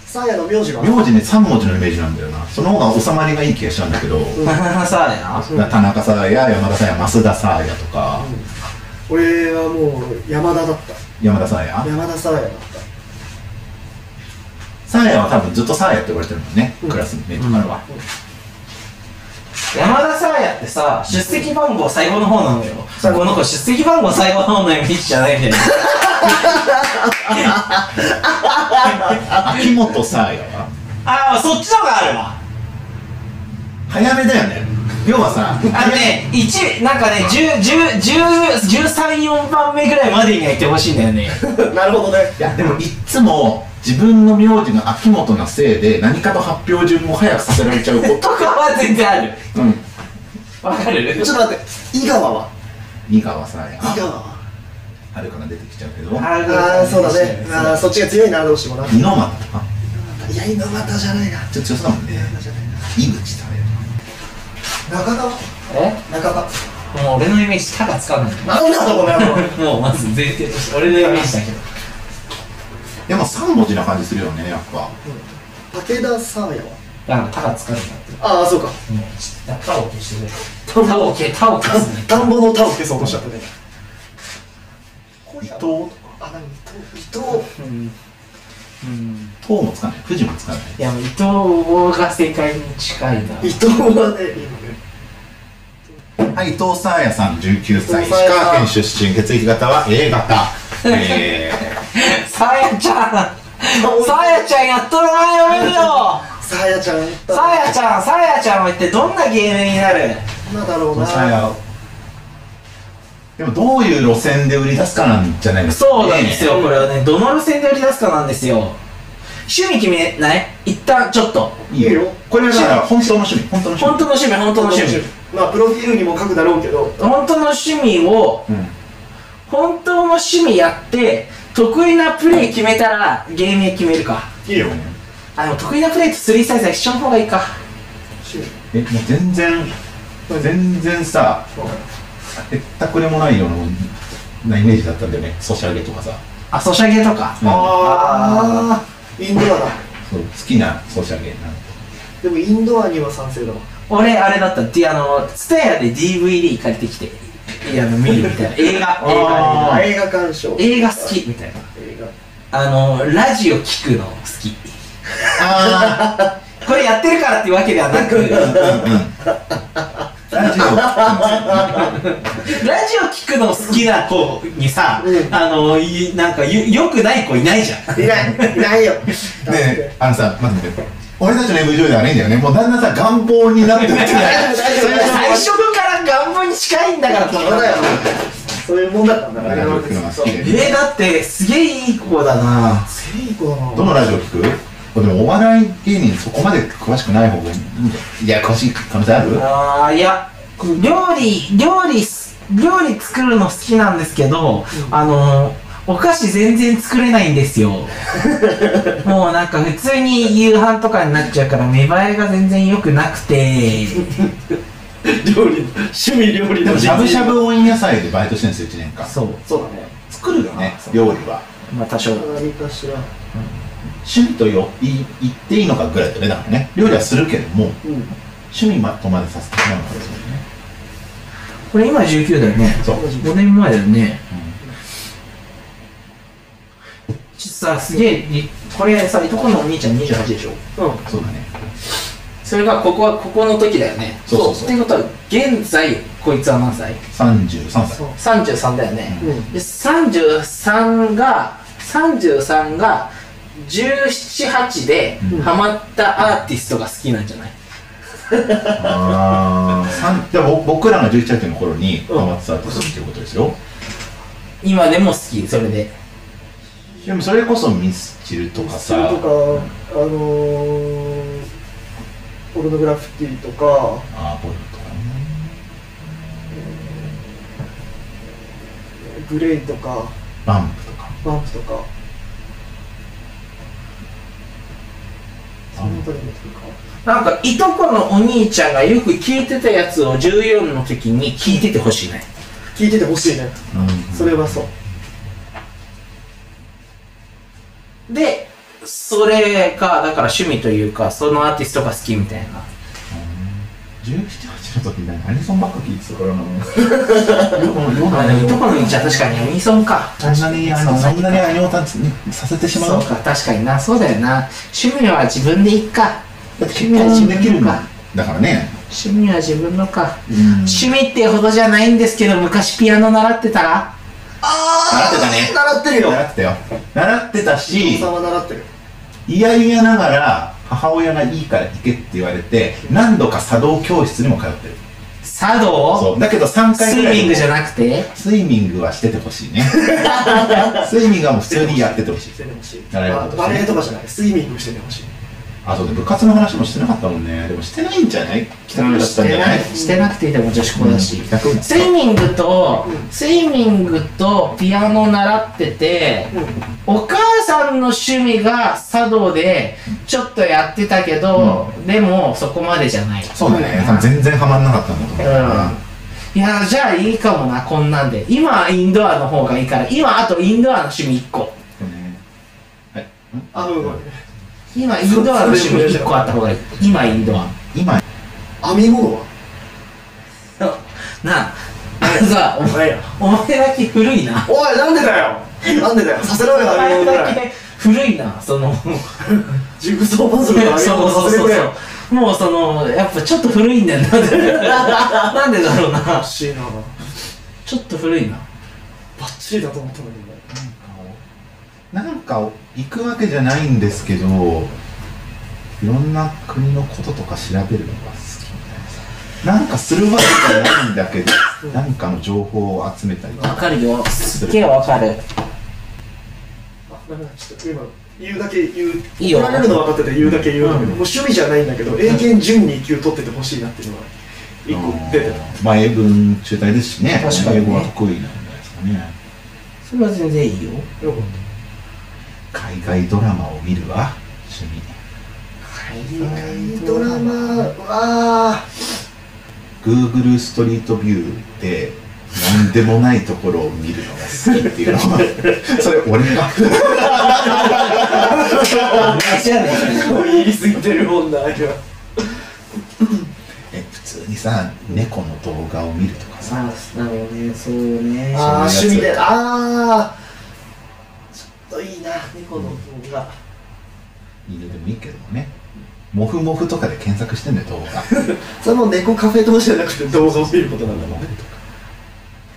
[SPEAKER 2] さやの名字が
[SPEAKER 3] 名字ね3文字のイメージなんだよなその方が収まりがいい気がしたんだけど、
[SPEAKER 2] ん
[SPEAKER 1] さや
[SPEAKER 3] だから田中さんや山田さんや増田さんやとか、
[SPEAKER 2] 俺はもう山田だった
[SPEAKER 3] 山田さんや
[SPEAKER 2] 山田さやだっ
[SPEAKER 3] サーヤは多分ずっとサーヤって呼ばれてるもんね、
[SPEAKER 2] うん
[SPEAKER 3] クラスメイトからは、
[SPEAKER 1] 山田さやってさ出席番号最後の方なのよ
[SPEAKER 2] そう
[SPEAKER 1] この子出席番号最後の方のイメージじゃないんだよね
[SPEAKER 3] 秋元サーヤは
[SPEAKER 1] ああそっちのがあるわ
[SPEAKER 3] 早めだよね要はさ
[SPEAKER 1] あのね1なんかね10134番目ぐらいまでには行ってほしいんだよね
[SPEAKER 2] た なるほどね
[SPEAKER 3] いやでもいっつも自分の名字の秋元のせいで何かと発表順を早くさせられちゃうこと
[SPEAKER 1] かは全然ある
[SPEAKER 3] とうん
[SPEAKER 1] わかる
[SPEAKER 2] ちょっと待って井川は
[SPEAKER 3] 井川さーや
[SPEAKER 2] 井川は
[SPEAKER 3] はるかが出てきちゃうけど
[SPEAKER 2] ああそうだねあーそっちが強いなどうしてもな
[SPEAKER 3] 二の松とか
[SPEAKER 2] いや今またじゃないな
[SPEAKER 3] ちょっと強そうだもんね井口さーや
[SPEAKER 2] 中田は
[SPEAKER 1] え
[SPEAKER 2] 中田
[SPEAKER 1] もう俺のイメージたがつかない
[SPEAKER 2] なんだこの野郎
[SPEAKER 1] もうまず前提として俺のイメージだけど
[SPEAKER 3] でも3文字な感じするよねやっぱ
[SPEAKER 2] 武田さやは
[SPEAKER 1] なんかたがつかないなって
[SPEAKER 2] ああそうか
[SPEAKER 1] もうちょっとタオ消してくれタオ消タオ消すね
[SPEAKER 2] 田んぼの田を消そうとしちゃったね伊
[SPEAKER 3] 伊藤と
[SPEAKER 2] あ何伊藤伊藤
[SPEAKER 1] うんうん
[SPEAKER 3] 藤もつかない藤もつかない
[SPEAKER 1] いやもう伊藤が正解に近いな
[SPEAKER 2] 伊藤はねいいね
[SPEAKER 3] はい、伊藤沙耶さん、19歳、
[SPEAKER 2] 伊
[SPEAKER 3] 石
[SPEAKER 2] 藤沙耶さん
[SPEAKER 3] 川県出身、血液型は A 型。え
[SPEAKER 1] さやちゃんさやちゃんやっとるなおめでとう
[SPEAKER 2] さやちゃんやった
[SPEAKER 1] さやちゃんさやちゃんは一体どんな芸名になる
[SPEAKER 2] なんだろう
[SPEAKER 3] ー、
[SPEAKER 2] な
[SPEAKER 3] 沙耶でも、どういう路線で売り出すかなんじゃないですか、
[SPEAKER 1] そうなんです
[SPEAKER 3] よ。
[SPEAKER 1] よ、これはね、どの路線で売り出すかなんですよ。趣味決めない一旦ちょっと。
[SPEAKER 3] いい
[SPEAKER 2] いい
[SPEAKER 3] よ
[SPEAKER 2] よ。
[SPEAKER 3] これはだから、本当の趣味、本当の
[SPEAKER 1] 本当
[SPEAKER 3] 趣
[SPEAKER 1] の趣味、本当の趣味。
[SPEAKER 2] まあプロフィールにも書くだろうけど
[SPEAKER 1] 本当の趣味を、
[SPEAKER 3] 味。うん。
[SPEAKER 1] 本当の趣味やって、得意なプレイ決めたら、芸名決めるか。
[SPEAKER 2] いいよ
[SPEAKER 1] あ、でも得意なプレイとスリーサイズは一緒の方がいいか。
[SPEAKER 2] し
[SPEAKER 3] えもう全然全然さへったくれもないようなイメージだったんだよねソシャゲとかさ、
[SPEAKER 1] あ、ソシャゲとか。
[SPEAKER 3] うん
[SPEAKER 2] ああインドアだ
[SPEAKER 3] そう好きなソシャゲなん
[SPEAKER 2] でもインドアには賛成だわ
[SPEAKER 1] 俺、あれだった。で、あの、ツタヤで DVD 借りてきて、いや、あの、見るみたいな。映 画、映画
[SPEAKER 3] あー
[SPEAKER 2] 映画鑑賞
[SPEAKER 1] で映画好きみたいな。
[SPEAKER 2] 映画
[SPEAKER 1] あの、ラジオ聞くの好き。
[SPEAKER 3] あ
[SPEAKER 1] これやってるからっていうわけではなく、
[SPEAKER 3] あうんうん ラジオ
[SPEAKER 1] ラジオ聞くの好きな子にさ、
[SPEAKER 2] うん
[SPEAKER 1] あの、いなんかよ、よくない子いないじ ゃん。
[SPEAKER 2] いないいないよ
[SPEAKER 3] ねえあのさ待って待って俺たちの MV 上ではないんだよねもうだんだんさ願望になってるって
[SPEAKER 2] 大丈夫大丈夫
[SPEAKER 1] 最初から願望に近いんだから
[SPEAKER 2] そうだよそういうもんだったんだから
[SPEAKER 3] ラジオ聞くのが好き
[SPEAKER 1] え
[SPEAKER 3] で
[SPEAKER 1] ー、だってすげえいい子だな
[SPEAKER 2] セイコだな
[SPEAKER 3] どのラジオ聞くでもお笑い芸人そこまで詳しくない方がいいんじゃんいや詳しい可能性ある
[SPEAKER 1] あーいや料理料理す料理作るの好きなんですけど、あのお菓子全然作れないんです よもうなんか普通に夕飯とかになっちゃうから見栄えが全然良くなくて
[SPEAKER 2] 料理趣味料理
[SPEAKER 3] でも
[SPEAKER 2] の
[SPEAKER 3] しゃぶしゃぶ温野菜でバイトしてるんですよ1年間
[SPEAKER 1] そう
[SPEAKER 2] そうだね
[SPEAKER 1] 作るよ
[SPEAKER 3] ね料理は
[SPEAKER 1] まあ多少
[SPEAKER 2] 何かしら
[SPEAKER 3] 趣味とよい言っていいのかぐらいだよねだからね料理はするけども
[SPEAKER 2] うん
[SPEAKER 3] 趣味まとまでさせてないのかですよね
[SPEAKER 1] これ今19だよね
[SPEAKER 3] そう
[SPEAKER 2] 同じ
[SPEAKER 1] 5年前だよね、ちょっとさすげえりこれさいとこのお兄ちゃん28でしょ
[SPEAKER 2] うん
[SPEAKER 3] そうだね
[SPEAKER 1] それがここはここの時だよね
[SPEAKER 3] そうそうそう
[SPEAKER 1] ってことは現在こいつは何歳
[SPEAKER 3] 33歳
[SPEAKER 2] そう
[SPEAKER 1] 33だよね、
[SPEAKER 2] うん
[SPEAKER 1] で33が33が178で
[SPEAKER 2] うん
[SPEAKER 1] ハマったアーティストが好きなんじゃない、
[SPEAKER 3] ああ三でも僕らが11歳の頃に
[SPEAKER 2] うん
[SPEAKER 3] ハマってたってこということですよ
[SPEAKER 1] 今でも好きそれで
[SPEAKER 3] でもそれこそミスチルとか
[SPEAKER 2] それ
[SPEAKER 3] さ
[SPEAKER 2] とかあのー、ポルノグラフィティとか
[SPEAKER 3] あーボルとかね
[SPEAKER 2] グレイとか
[SPEAKER 3] バンプとか
[SPEAKER 2] バンプとかその辺りの時か
[SPEAKER 1] なんかいとこのお兄ちゃんがよく聞いてたやつを14の時に聞いててほしいね
[SPEAKER 2] 聞いててほしいねそれはそう
[SPEAKER 1] でそれがだから趣味というかそのアーティストが好きみたいな
[SPEAKER 3] 1718の時に何アニソンばっか聞いてたからなよくよ
[SPEAKER 1] あでもいとこの兄ちゃん確かにアニソンか
[SPEAKER 3] そんなにあのそんなにアニオタにさせてしまう
[SPEAKER 1] そうか確かになそうだよな趣味は自分でいっか
[SPEAKER 3] だって結婚できるんだだからね
[SPEAKER 1] 趣味は自分のか、
[SPEAKER 3] うん
[SPEAKER 1] 趣味ってほどじゃないんですけど昔ピアノ習ってたら
[SPEAKER 3] 習ってたね
[SPEAKER 2] 習ってるよ
[SPEAKER 3] 習ってたよ習ってた
[SPEAKER 2] お
[SPEAKER 3] し
[SPEAKER 2] 子さんは習ってる
[SPEAKER 3] いやいやながら母親がいいから行けって言われて何度か茶道教室にも通ってる
[SPEAKER 1] 茶道
[SPEAKER 3] そうだけど3回
[SPEAKER 1] ス
[SPEAKER 3] ぐ
[SPEAKER 1] イ
[SPEAKER 3] らい
[SPEAKER 1] ミングじゃ
[SPEAKER 3] い
[SPEAKER 1] なくて
[SPEAKER 3] スイミングはしててほしいね スイミングはもう普通にやっててほしい
[SPEAKER 2] しててほしい
[SPEAKER 3] 習い事として
[SPEAKER 2] バレエとかじゃないスイミングしててほしい
[SPEAKER 3] あそうで部活の話もしてなかったもんねでもしてないんじゃない北村だったんじゃない
[SPEAKER 1] してなくていいでも女子校だし、
[SPEAKER 3] うん逆に
[SPEAKER 1] スイミングと、
[SPEAKER 2] う
[SPEAKER 1] スイミングとピアノ習ってて、
[SPEAKER 2] うん
[SPEAKER 1] お母さんの趣味が茶道でちょっとやってたけど、でもそこまでじゃない
[SPEAKER 3] そうだね多分全然ハマんなかったんだと思うから
[SPEAKER 1] いやじゃあいいかもなこんなんで今はインドアの方がいいから今あとインドアの趣味1個
[SPEAKER 3] でもねはいん
[SPEAKER 2] あうんうん
[SPEAKER 1] 今インドアの趣味1個あった方がいい今インドア
[SPEAKER 3] 今
[SPEAKER 2] 編み物は
[SPEAKER 1] なああのさ
[SPEAKER 2] お前や
[SPEAKER 1] お前だけ古いな
[SPEAKER 2] おいなんでだよなんでだよさせろ
[SPEAKER 1] お
[SPEAKER 2] よ編
[SPEAKER 1] 前
[SPEAKER 2] み物ぐ
[SPEAKER 1] だ
[SPEAKER 2] ら い
[SPEAKER 1] け古いなそのそう
[SPEAKER 2] ジグソーパズルの編み
[SPEAKER 1] そう
[SPEAKER 2] 物
[SPEAKER 1] そ
[SPEAKER 2] さ
[SPEAKER 1] う
[SPEAKER 2] せて
[SPEAKER 1] そ
[SPEAKER 2] く
[SPEAKER 1] う
[SPEAKER 2] れよ
[SPEAKER 1] もうそのやっぱちょっと古いんだよなん でなんでだろうな
[SPEAKER 2] 欲しいな
[SPEAKER 1] ちょっと古いな
[SPEAKER 2] バッチリだと思ったんだけどね
[SPEAKER 3] なんかを行くわけじゃないんですけどいろんな国のこととか調べるのが好きみたいなさなんかするわけじゃないんだけどなんかの情報を集めたりと
[SPEAKER 1] わ
[SPEAKER 3] か
[SPEAKER 1] かるよすっげえわかる
[SPEAKER 2] あダメだちょっと今言うだけ言う
[SPEAKER 1] いいよ
[SPEAKER 2] 怒られるの分かってて言うだけ言うんだけど、もう趣味じゃないんだけど英検準2級取っててほしいなっていうのが一個出てた
[SPEAKER 3] まあ英文中退ですしね
[SPEAKER 1] 確かにね
[SPEAKER 3] 英語は得意なんじゃないですかね
[SPEAKER 1] それは全然いいよ
[SPEAKER 2] よかっ
[SPEAKER 3] 海外ドラマを見るわ趣味
[SPEAKER 2] 海ドラマ は
[SPEAKER 3] Google ストリートビューで何でもないところを見るのが好きっていうの はそれ俺が
[SPEAKER 1] じゃあね
[SPEAKER 2] 言い過ぎてるもんな今
[SPEAKER 3] え普通にさ猫の動画を見るとかさ
[SPEAKER 1] ああなるほどねそうね
[SPEAKER 2] ああ
[SPEAKER 3] そういうやつ
[SPEAKER 2] 趣味でああちょっといいな猫の方が
[SPEAKER 3] 犬でもいいけどもねモフモフとかで検索してんだよ動 画
[SPEAKER 2] それも猫カフェとじゃなくて動画を見ることなんだもんね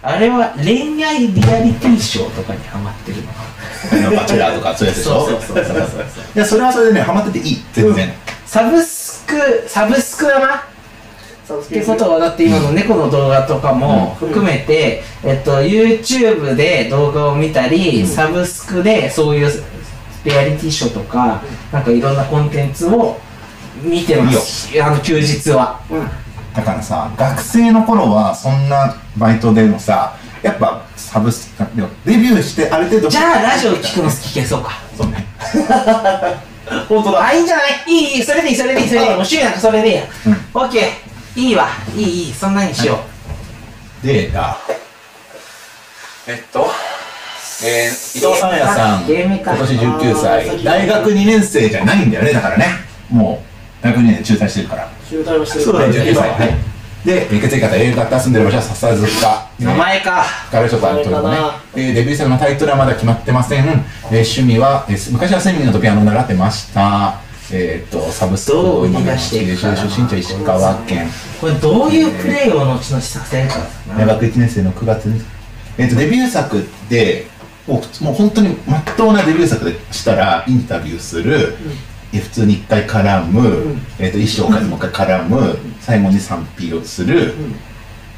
[SPEAKER 1] あれは恋愛リアリティショーとかにハマってるのか
[SPEAKER 3] バチェラーとかそういうやつでしょ
[SPEAKER 1] そうそうそうそうそう
[SPEAKER 3] いやそれはそれでねハマってていい全然、
[SPEAKER 1] サブスクサブスクだなってことはだって今の猫の動画とかも含めて、えっと、YouTube で動画を見たり、サブスクでそういうリアリティショーとか、なんかいろんなコンテンツを見てますあの休日は
[SPEAKER 3] だからさ学生の頃はそんなバイトでもさやっぱサブスクデビューしてある程度
[SPEAKER 1] じゃあラジオ聞くの好き消そうか
[SPEAKER 3] そうね
[SPEAKER 1] 本当だあいいんじゃないいいいいそれでいいそれでいいそれでいいもう趣味なんかそれでいいや、
[SPEAKER 3] うん
[SPEAKER 1] オッケーいいわいいいいそんなにしよう、
[SPEAKER 3] であえっとえー、伊藤さんやさん
[SPEAKER 1] あゲーム
[SPEAKER 3] 今年
[SPEAKER 1] か
[SPEAKER 3] 19
[SPEAKER 2] あー
[SPEAKER 3] 歳大学2年生じゃないんだよねだからねもう大学2年で中退してるから
[SPEAKER 2] 集大をしてる
[SPEAKER 3] そうだね19歳はいで血液型 A 型住んでる場所は笹塚
[SPEAKER 1] 名前か
[SPEAKER 3] ガルショさんというのね、えーデビュー作のタイトルはまだ決まってません、えー趣味は、えー昔はセミのとピアノを習ってましたえーっとサブスク
[SPEAKER 1] どうに
[SPEAKER 3] 今
[SPEAKER 1] か
[SPEAKER 3] が
[SPEAKER 1] してい
[SPEAKER 3] で
[SPEAKER 1] くかな
[SPEAKER 3] 出身地は石川県
[SPEAKER 1] これどういうプレイを後々させるかだな
[SPEAKER 3] 大学1年生の9月に、えー、とデビュー作でもうもう本当にまっとうなデビュー作でしたらインタビューする、えー普通に1回絡む、えー、と衣装からもう1回絡む、最後に賛否をする、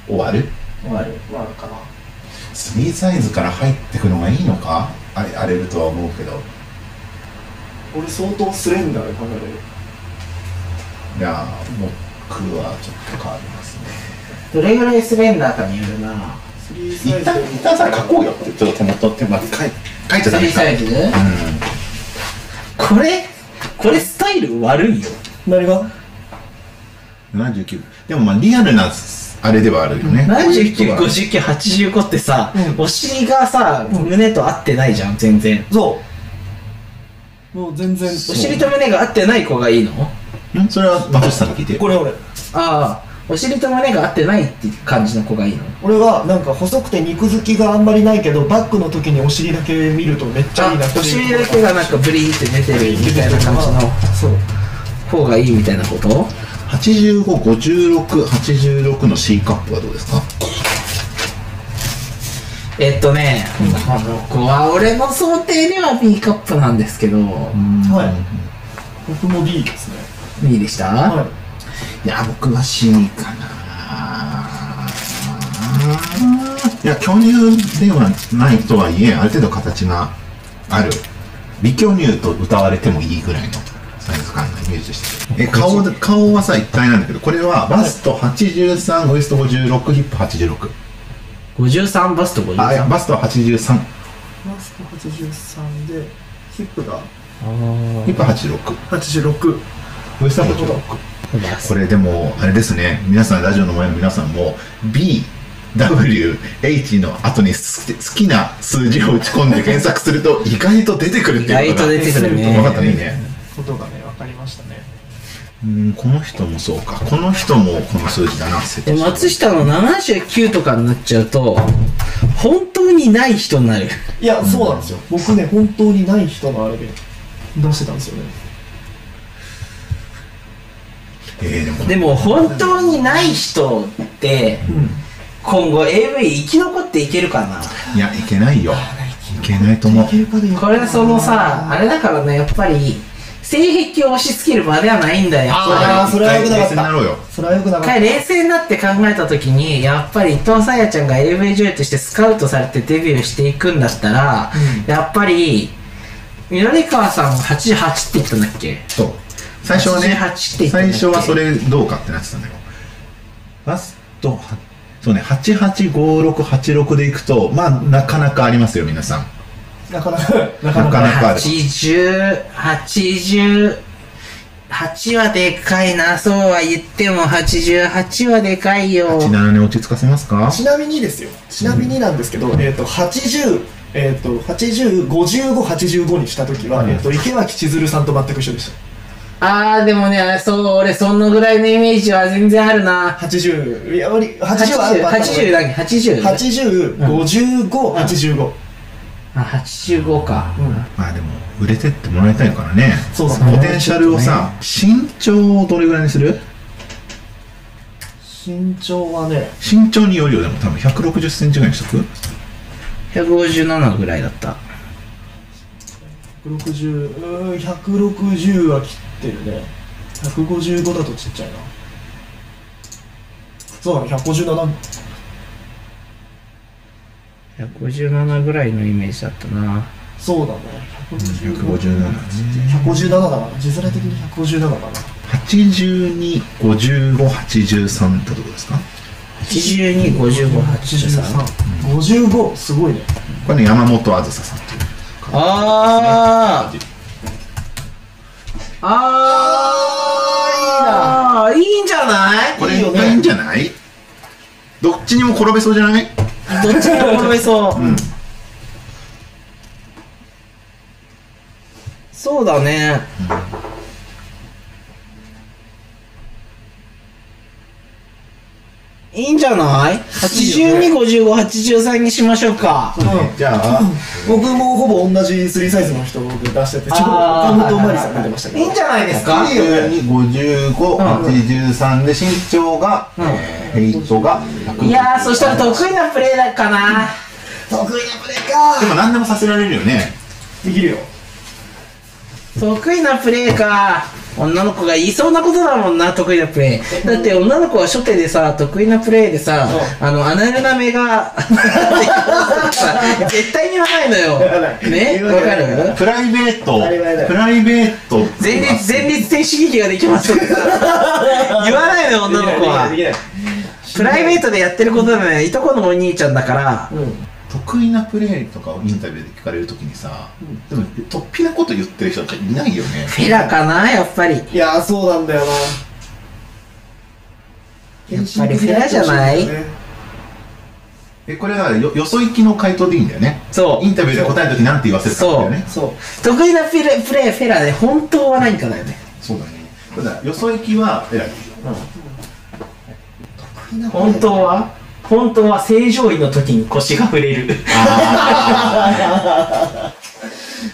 [SPEAKER 3] 終わる
[SPEAKER 1] 終わる
[SPEAKER 2] まあかな
[SPEAKER 3] スリーサイズから入ってくのがいいのかあれ荒れるとは思うけど
[SPEAKER 2] 俺相当スレンダーで考え
[SPEAKER 3] い
[SPEAKER 2] る
[SPEAKER 3] やー僕はちょっと変わりますね
[SPEAKER 1] どれぐらいスレンダーかによるな
[SPEAKER 2] スリ
[SPEAKER 3] 一
[SPEAKER 2] ーサイズ
[SPEAKER 3] 旦一旦さ書こうよってちょっと手元手元書い書いちゃダメ
[SPEAKER 1] 3
[SPEAKER 3] か
[SPEAKER 1] サイズこれこれスタイル悪いよ
[SPEAKER 2] 何が
[SPEAKER 3] うん79でもまあリアルなあれではあるよね
[SPEAKER 1] 795985ってさ、お尻がさ胸と合ってないじゃん全然
[SPEAKER 2] そうもう全然
[SPEAKER 1] お尻と胸が合ってない子がいいの
[SPEAKER 3] んそれは松下さんが聞いてよ
[SPEAKER 2] これ俺
[SPEAKER 1] ああお尻と胸が合ってないって感じの子がいいの
[SPEAKER 2] 俺はなんか細くて肉付きがあんまりないけどバックの時にお尻だけ見るとめっちゃいいな
[SPEAKER 1] あ
[SPEAKER 2] って
[SPEAKER 1] お尻だけがなんかブリンって出てるみたいな感じの
[SPEAKER 2] そう
[SPEAKER 1] 方がいいみたいなこと
[SPEAKER 3] 855686の C カップはどうですか
[SPEAKER 1] えっとね、この子は俺の想定では B カップなんですけど、
[SPEAKER 2] はい僕も B ですね
[SPEAKER 1] B でした、
[SPEAKER 2] はい
[SPEAKER 3] いや僕は C かないや巨乳ではないとはいえある程度形がある微巨乳と歌われてもいいぐらいのサイズ感のイメージでしたえ顔で顔はさ一体なんだけどこれはバスト83ウエスト56ヒップ86
[SPEAKER 1] 53バスと
[SPEAKER 3] あいや
[SPEAKER 1] 53
[SPEAKER 3] バストは83
[SPEAKER 2] マスク83でヒップが
[SPEAKER 3] ヒップ86
[SPEAKER 2] 86
[SPEAKER 3] ウエスト56
[SPEAKER 1] バス
[SPEAKER 3] これでもあれですね皆さんラジオの前の皆さんも BWH の後に好き好きな数字を打ち込んで検索すると意外と出てくるっ
[SPEAKER 1] 意
[SPEAKER 3] ていう
[SPEAKER 1] 外
[SPEAKER 3] こと
[SPEAKER 1] と
[SPEAKER 3] が
[SPEAKER 1] 出てくる
[SPEAKER 3] 分かった
[SPEAKER 1] ね
[SPEAKER 3] ねいいね
[SPEAKER 2] ことがね分かりましたね
[SPEAKER 3] うんこの人もそうかこの人もこの数字だな設
[SPEAKER 1] で
[SPEAKER 3] 定
[SPEAKER 1] 松下の79とかになっちゃうと本当にない人になる
[SPEAKER 2] いやそうなんですよ僕ね本当にない人のあれで出してたんですよね
[SPEAKER 3] えー、でも
[SPEAKER 1] でも本当にない人って今後 AV 生き残っていけるかない
[SPEAKER 3] やいけないよいけないと思う
[SPEAKER 2] 経過で言うと
[SPEAKER 1] これそのさあれだからねやっぱり性癖を押し付ける場ではないんだよ
[SPEAKER 2] あーそれは良くなか
[SPEAKER 3] 一
[SPEAKER 2] っ
[SPEAKER 3] 回冷静になろうよ
[SPEAKER 2] たそれは良くな
[SPEAKER 1] 一
[SPEAKER 2] かっ
[SPEAKER 1] 回冷静になって考えた時にやっぱり伊藤沙耶ちゃんが AV 女優としてスカウトされてデビューしていくんだったら、やっぱり緑川さんが88って言ったんだっけ
[SPEAKER 3] そう最初はね
[SPEAKER 1] 88って言ってんだっ
[SPEAKER 3] 最
[SPEAKER 1] け
[SPEAKER 3] 初はそれどうかってなってたんだよラストはそうね885686でいくとまあなかなかありますよ皆さん
[SPEAKER 2] たなかなかなか
[SPEAKER 3] な
[SPEAKER 2] な
[SPEAKER 3] か
[SPEAKER 2] か
[SPEAKER 3] なかある
[SPEAKER 1] 8080 8はでかいな、そうは言っても88はでかいよ。
[SPEAKER 3] 87に落ち着かせますか
[SPEAKER 2] ちなみにですよちなみになんですけど、えっ、と80えっ、と805585にした時は、えっと池脇千鶴さんと全く一緒でし
[SPEAKER 1] あー、でもね、そう、俺そのぐらいのイメージは全然あるな。
[SPEAKER 2] た80いや割り80はあ
[SPEAKER 1] 80、80だっけ ?80。
[SPEAKER 2] 805585、
[SPEAKER 1] あ、85か。
[SPEAKER 3] まあでも売れてってもらいたいからね
[SPEAKER 2] そうだね
[SPEAKER 3] ポテンシャルをさ、身長をどれぐらいにする
[SPEAKER 2] 身長はね
[SPEAKER 3] 身長によるよでも多分1 6 0センチぐらいにしとく
[SPEAKER 1] 157ぐらいだった。
[SPEAKER 2] 160160 160は切ってるね155だとちっちゃいなそうだね157
[SPEAKER 1] 157ぐらいのイメージだったな。
[SPEAKER 2] そうだね
[SPEAKER 3] 157ね
[SPEAKER 2] 157だな字面的に157だな
[SPEAKER 3] 825583ってとこですか
[SPEAKER 1] 82、55、83。
[SPEAKER 2] 55すごいね
[SPEAKER 3] これね山本あずささんっていう
[SPEAKER 1] あー。あー、いいな。いいんじゃない
[SPEAKER 3] こ
[SPEAKER 2] い
[SPEAKER 3] れ
[SPEAKER 2] い
[SPEAKER 3] い
[SPEAKER 2] よね
[SPEAKER 3] いんじゃないどっちにも転べそうじゃない
[SPEAKER 1] どっちにも転べそう。そうだね。いいんじゃない ?82、55、83にしましょうか。
[SPEAKER 2] うん
[SPEAKER 3] じゃあ
[SPEAKER 2] 僕もほぼ同じ3サイズの人を出しててちょっと岡
[SPEAKER 1] あー
[SPEAKER 2] 本マリさんが出ましたけ
[SPEAKER 1] いいん
[SPEAKER 2] ど
[SPEAKER 1] じゃないですか
[SPEAKER 3] 825583で身長が
[SPEAKER 1] ん
[SPEAKER 3] えーヘイトが100
[SPEAKER 1] いやー、そしたら得意なプレーだかな。
[SPEAKER 2] 得意なプレーか
[SPEAKER 3] でも何でもさせられるよね
[SPEAKER 2] できるよ
[SPEAKER 1] 得意なプレーか女の子が言いそうなことだもんな得意なプレーだって女の子は初手でさ得意なプレーでさあのアナルナメが 絶対に言わないのよ
[SPEAKER 2] 言わない
[SPEAKER 1] ね
[SPEAKER 2] 言
[SPEAKER 1] わ
[SPEAKER 2] わ
[SPEAKER 1] か
[SPEAKER 2] ない
[SPEAKER 1] る
[SPEAKER 3] プライベート
[SPEAKER 2] 当たり前だよ
[SPEAKER 3] プライベート
[SPEAKER 1] 前立前立腺刺激ができますとか さ言わないのよ女の子
[SPEAKER 2] でき
[SPEAKER 1] は
[SPEAKER 2] ないで
[SPEAKER 1] プライベートでやってることだねいとこのお兄ちゃんだから
[SPEAKER 2] きないうん
[SPEAKER 3] 得意なプレーとかをインタビューで聞かれるときにさ、でも突飛なこと言ってる人っていないよね
[SPEAKER 1] フェラかなやっぱり
[SPEAKER 2] いやーそうなんだよな
[SPEAKER 1] やっぱりフェラじゃない
[SPEAKER 3] えこれはよよそ行きの回答でいいんだよね
[SPEAKER 1] そう
[SPEAKER 3] インタビューで答えるときなんて言わせるかっていね
[SPEAKER 2] そう
[SPEAKER 1] 得意なプレープレーフェラで本当は何かだよね
[SPEAKER 3] そうだねただよそ行きは偉い
[SPEAKER 2] 得意なプレー
[SPEAKER 1] 本当は本当は正常位の時に腰が触れる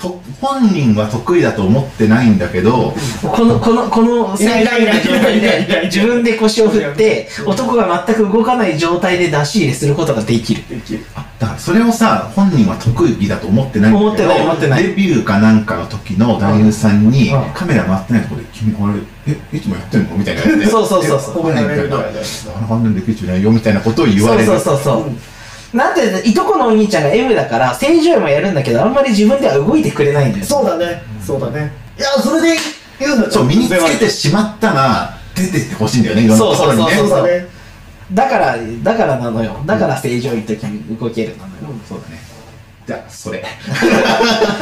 [SPEAKER 3] と本人は得意だと思ってないんだけど
[SPEAKER 1] このこのこの正常位の状態
[SPEAKER 2] いやいやいやいやいや
[SPEAKER 1] で自分で腰を振って男が全く動かない状態で出し入れすることができる
[SPEAKER 2] できる
[SPEAKER 3] あだからそれをさ本人は得意だと思ってないんだけど
[SPEAKER 1] 思ってない思ってない
[SPEAKER 3] デビューかなんかの時の男優さんに、
[SPEAKER 1] うん
[SPEAKER 3] カメラ回ってないところで「君あれえいつもやってんの?」みたいなやつで
[SPEAKER 1] そうそうそうそう
[SPEAKER 3] えわかんないみたいな「あの反応できるじゃないよ」みたいなことを言わ
[SPEAKER 1] そう
[SPEAKER 3] れる
[SPEAKER 1] そうそうそう、なんでいとこのお兄ちゃんが M だから正常位もやるんだけどあんまり自分では動いてくれないんだよ
[SPEAKER 2] そうだねそうだねいやーそれで言うんだ
[SPEAKER 3] そう身につけてしまったら出てってほしいんだよねいろんなところにね
[SPEAKER 1] そう
[SPEAKER 2] そうだね
[SPEAKER 1] だからだからなのよだから正常位の時に動けるなのよ、
[SPEAKER 3] そうだねじゃあそれ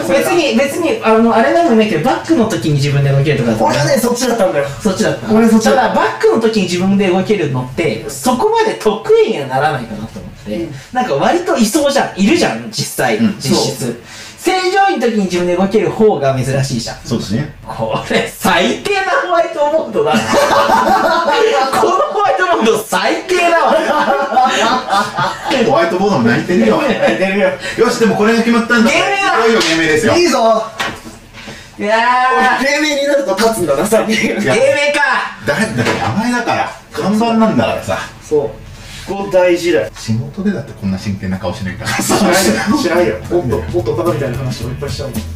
[SPEAKER 1] 別に別にあのあれなんもないけどバックの時に自分で動けるとかだったら
[SPEAKER 2] 俺はねそっちだったんだよ
[SPEAKER 1] そっちだった
[SPEAKER 2] 俺そっちだ
[SPEAKER 1] た
[SPEAKER 2] った
[SPEAKER 1] だバックの時に自分で動けるのってそこまで得意にはならないかなと思って、
[SPEAKER 2] うん
[SPEAKER 1] なんか割といそうじゃんいるじゃん実際、
[SPEAKER 3] うん
[SPEAKER 1] 実質正常位の時に自分で動ける方が珍しいじゃん
[SPEAKER 3] そうだね
[SPEAKER 1] これ最低なホワイトモードだ このホワイトモード最低だわ
[SPEAKER 3] ホワイトボードも泣いてるよ
[SPEAKER 2] 泣いてるよ
[SPEAKER 3] よしでもこれが決まったんだ
[SPEAKER 1] ゲームだ
[SPEAKER 3] いよゲームですよ
[SPEAKER 2] いいぞ
[SPEAKER 1] いや
[SPEAKER 2] 芸名になると立つんだなさ
[SPEAKER 1] ー
[SPEAKER 3] や
[SPEAKER 1] 芸名か
[SPEAKER 3] だだって名前だから看板なんだからさ
[SPEAKER 2] そうここ大事だよ
[SPEAKER 3] 仕事でだってこんな真剣な顔しないから
[SPEAKER 2] 知らんよもっともっとバカみたいな話をいっぱいしちゃうもん